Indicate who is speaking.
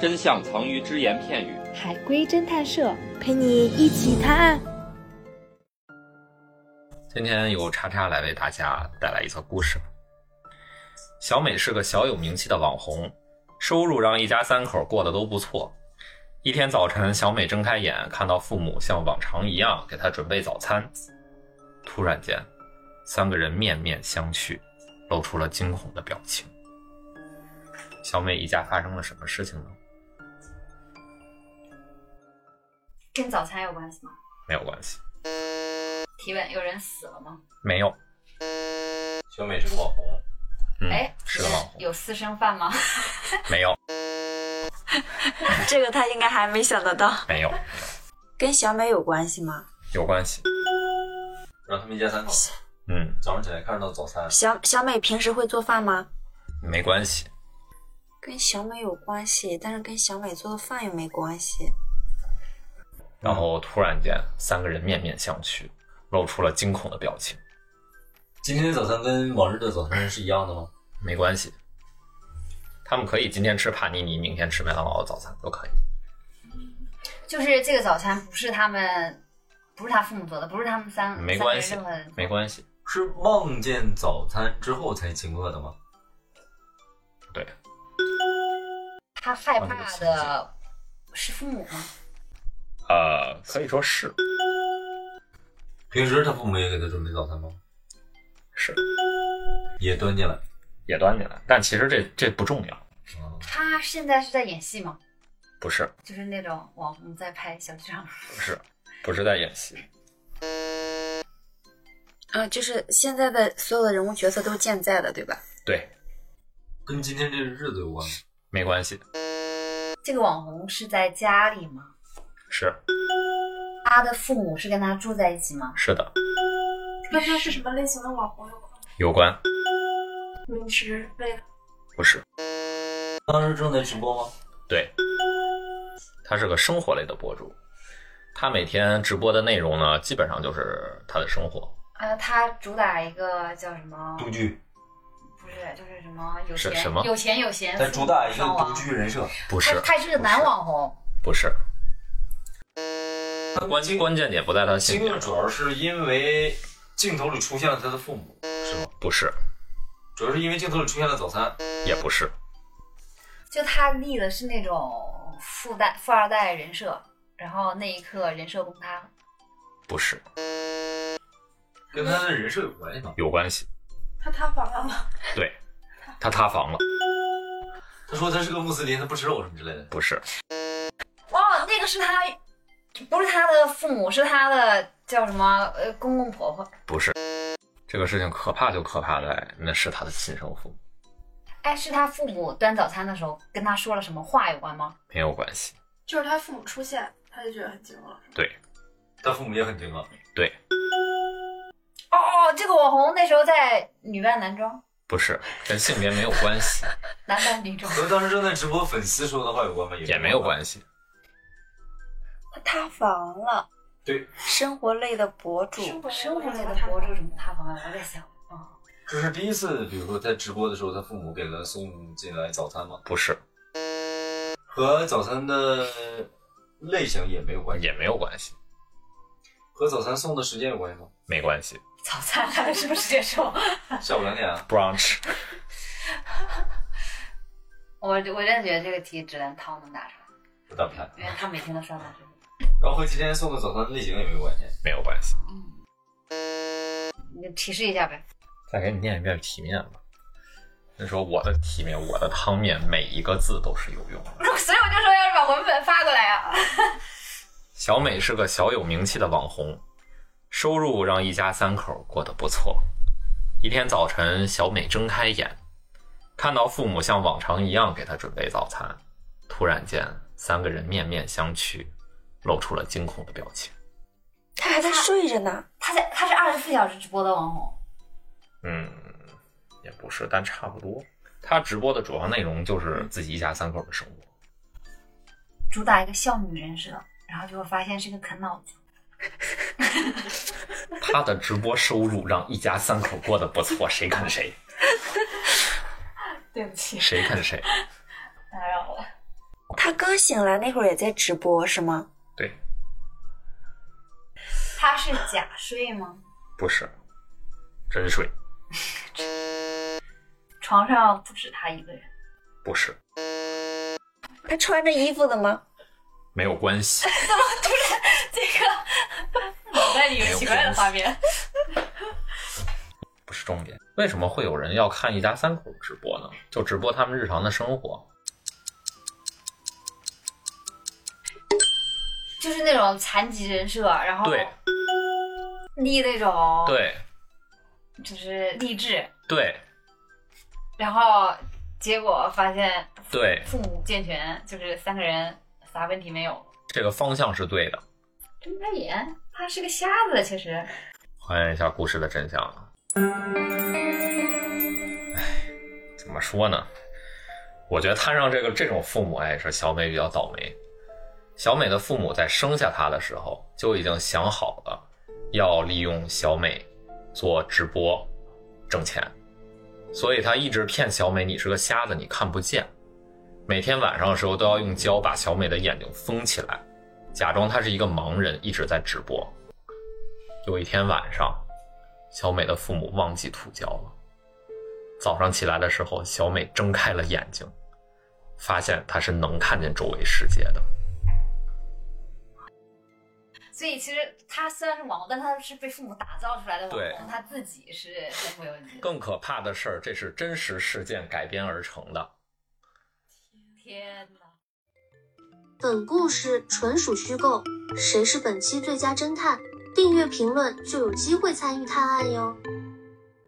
Speaker 1: 真相藏于只言片语。
Speaker 2: 海龟侦探社陪你一起探案。
Speaker 3: 今天由叉叉来为大家带来一则故事。小美是个小有名气的网红，收入让一家三口过得都不错。一天早晨，小美睁开眼，看到父母像往常一样给她准备早餐。突然间，三个人面面相觑，露出了惊恐的表情。小美一家发生了什么事情呢？
Speaker 4: 跟早餐有关系吗？
Speaker 3: 没有关系，
Speaker 4: 提问：有人死了吗？
Speaker 3: 没有。
Speaker 5: 小美是个网红，
Speaker 3: 嗯，
Speaker 4: 哎、
Speaker 3: 是个网红，
Speaker 4: 有私生饭吗？
Speaker 3: 没有，
Speaker 6: 这个他应该还没想得到，
Speaker 3: 没有，
Speaker 6: 跟小美有关系吗？
Speaker 3: 有关系。
Speaker 5: 然后他们一家三口
Speaker 3: 嗯，
Speaker 5: 早上起来看到早餐，
Speaker 6: 小小美平时会做饭吗？
Speaker 3: 没关系，
Speaker 6: 跟小美有关系，但是跟小美做的饭又没关系。
Speaker 3: 然后突然间，三个人面面相觑，露出了惊恐的表情。
Speaker 5: 今天的早餐跟往日的早餐是一样的吗？
Speaker 3: 没关系，他们可以今天吃帕尼尼，明天吃麦当劳的早餐都可以。
Speaker 4: 就是这个早餐不是他们，不是他父母做的，不是他们三
Speaker 3: 没关系
Speaker 4: 三个人任何人
Speaker 3: 没关系，
Speaker 5: 是梦见早餐之后才惊饿的吗？
Speaker 3: 对，
Speaker 4: 他害怕的是父母吗？
Speaker 3: 呃，可以说是
Speaker 5: 平时他父母也给他准备早餐吗？
Speaker 3: 是
Speaker 5: 也端进来。
Speaker 3: 也端进来，但其实这这不重要，
Speaker 5: 嗯
Speaker 4: 他现在是在演戏吗？
Speaker 3: 不是
Speaker 4: 就是那种网红在拍小剧场，
Speaker 3: 不是不是在演戏，
Speaker 6: 啊，就是现在的所有的人物角色都健在的，对吧？
Speaker 3: 对，
Speaker 5: 跟今天这个日子有关吗？
Speaker 3: 没关系，
Speaker 4: 这个网红是在家里吗？
Speaker 3: 是
Speaker 4: 他的父母是跟他住在一起吗？
Speaker 3: 是的，
Speaker 7: 那他是什么类型的网红？
Speaker 3: 有关
Speaker 7: 美食类的。
Speaker 3: 不是
Speaker 5: 当时正在直播吗？
Speaker 3: 对，他是个生活类的博主，他每天直播的内容呢，基本上就是他的生活，
Speaker 4: 呃，他主打一个叫什么？
Speaker 5: 独居，
Speaker 4: 不是，就是什么有
Speaker 3: 是
Speaker 4: 钱
Speaker 3: 什么
Speaker 4: 有钱有闲，
Speaker 5: 他主打一个
Speaker 4: 双
Speaker 5: 独
Speaker 4: 亡
Speaker 5: 居人设。
Speaker 3: 不是
Speaker 4: 他他是个男网红，
Speaker 3: 不是，关关键点不在他性
Speaker 5: 惊
Speaker 3: 别
Speaker 5: 愕主要是因为镜头里出现了他的父母，是吗？
Speaker 3: 不是
Speaker 5: 主要是因为镜头里出现了早餐。
Speaker 3: 也不是，
Speaker 4: 就他立的是那种富代富二代人设，然后那一刻人设崩塌。
Speaker 3: 不是
Speaker 5: 跟他的人设有关系吗？
Speaker 3: 有关系，
Speaker 7: 他塌房了吗？
Speaker 3: 对，他塌房了，
Speaker 5: 他说他是个穆斯林，他不吃肉什么之类的。
Speaker 3: 不是
Speaker 4: 哇，哦那个是他，不是他的父母，是他的叫什么呃公公婆婆。
Speaker 3: 不是，这个事情可怕就可怕在那是他的亲生父母，
Speaker 4: 哎，是他父母端早餐的时候跟他说了什么话有关吗？
Speaker 3: 没有关系，
Speaker 7: 就是他父母出现，他就觉得很惊了。
Speaker 3: 对
Speaker 5: 他父母也很惊愕。
Speaker 3: 对，
Speaker 4: 哦，这个网红那时候在女扮男装，
Speaker 3: 不是跟性别没有关系，
Speaker 4: 男扮女 装。
Speaker 5: 和当时正在直播粉丝说的话有关吗？
Speaker 3: 也没有关系，
Speaker 6: 塌房了，
Speaker 5: 对，
Speaker 6: 生活类的博主
Speaker 7: 生活
Speaker 4: 生活类的博主什么塌房了？我在想，啊，
Speaker 5: 这是第一次，比如说在直播的时候，他父母给他送进来早餐吗？
Speaker 3: 不是
Speaker 5: 和早餐的类型也没有关系，
Speaker 3: 也没有关系，
Speaker 5: 和早餐送的时间有关系吗？
Speaker 3: 没关系，
Speaker 4: 早餐还是不是接受？
Speaker 5: 下午两点啊，
Speaker 3: 不让吃，
Speaker 4: 我我真的觉得这个题只能涛能答出来，
Speaker 5: 我打不开。
Speaker 4: 因为他每天都刷短视频。
Speaker 5: 然后和今天送的早餐类型也没有关系。
Speaker 3: 没有关系，
Speaker 4: 你提示一下呗。
Speaker 3: 再给你念一遍题面吧。那时候我的题面，我的汤面，每一个字都是有用的。
Speaker 4: 所以我就说要是把文本发过来啊。
Speaker 3: 小美是个小有名气的网红，收入让一家三口过得不错。一天早晨，小美睁开眼，看到父母像往常一样给她准备早餐。突然间，三个人面面相觑，露出了惊恐的表情。
Speaker 6: 他还在睡着呢。
Speaker 4: 他在他是二十四小时直播的网红，
Speaker 3: 嗯，也不是，但差不多。她直播的主要内容就是自己一家三口的生活。
Speaker 4: 主打一个孝女人设，然后就会发现是个啃老族。
Speaker 3: 她的直播收入让一家三口过得不错，谁啃谁，
Speaker 4: 对不起，
Speaker 3: 谁啃谁。
Speaker 4: 打扰了。
Speaker 6: 他刚醒来那会儿也在直播是吗？
Speaker 3: 对，
Speaker 4: 他是假睡吗？
Speaker 3: 不是，真睡，
Speaker 4: 床上不止他一个人，
Speaker 3: 不是，
Speaker 6: 他穿着衣服的吗？
Speaker 3: 没有关系，
Speaker 4: 这个脑袋里有奇怪的画面。
Speaker 3: 不是重点。为什么会有人要看一家三口直播呢？就直播他们日常的生活。
Speaker 4: 就是那种残疾人设，然后
Speaker 3: 对
Speaker 4: 立那种，
Speaker 3: 对
Speaker 4: 就是励志，
Speaker 3: 对
Speaker 4: 然后结果发现
Speaker 3: 对，
Speaker 4: 父母健全，就是三个人啥问题没有。
Speaker 3: 这个方向是对的。
Speaker 4: 睁开眼，他是个瞎子，其实
Speaker 3: 还原一下故事的真相啊。哎，怎么说呢？我觉得摊上这个这种父母，哎，是小美比较倒霉。小美的父母在生下她的时候就已经想好了，要利用小美做直播挣钱，所以他一直骗小美你是个瞎子，你看不见。每天晚上的时候都要用胶把小美的眼睛封起来，假装她是一个盲人，一直在直播。有一天晚上，小美的父母忘记涂胶了。早上起来的时候，小美睁开了眼睛，发现她是能看见周围世界的。
Speaker 4: 所以其实他虽然是网红，但他是被父母打造出来的
Speaker 3: 对
Speaker 4: 网红，他自己是生活有问题的。
Speaker 3: 更可怕的事儿，这是真实事件改编而成的。
Speaker 4: 天哪！
Speaker 8: 本故事纯属虚构，谁是本期最佳侦探？订阅评论就有机会参与探案哟。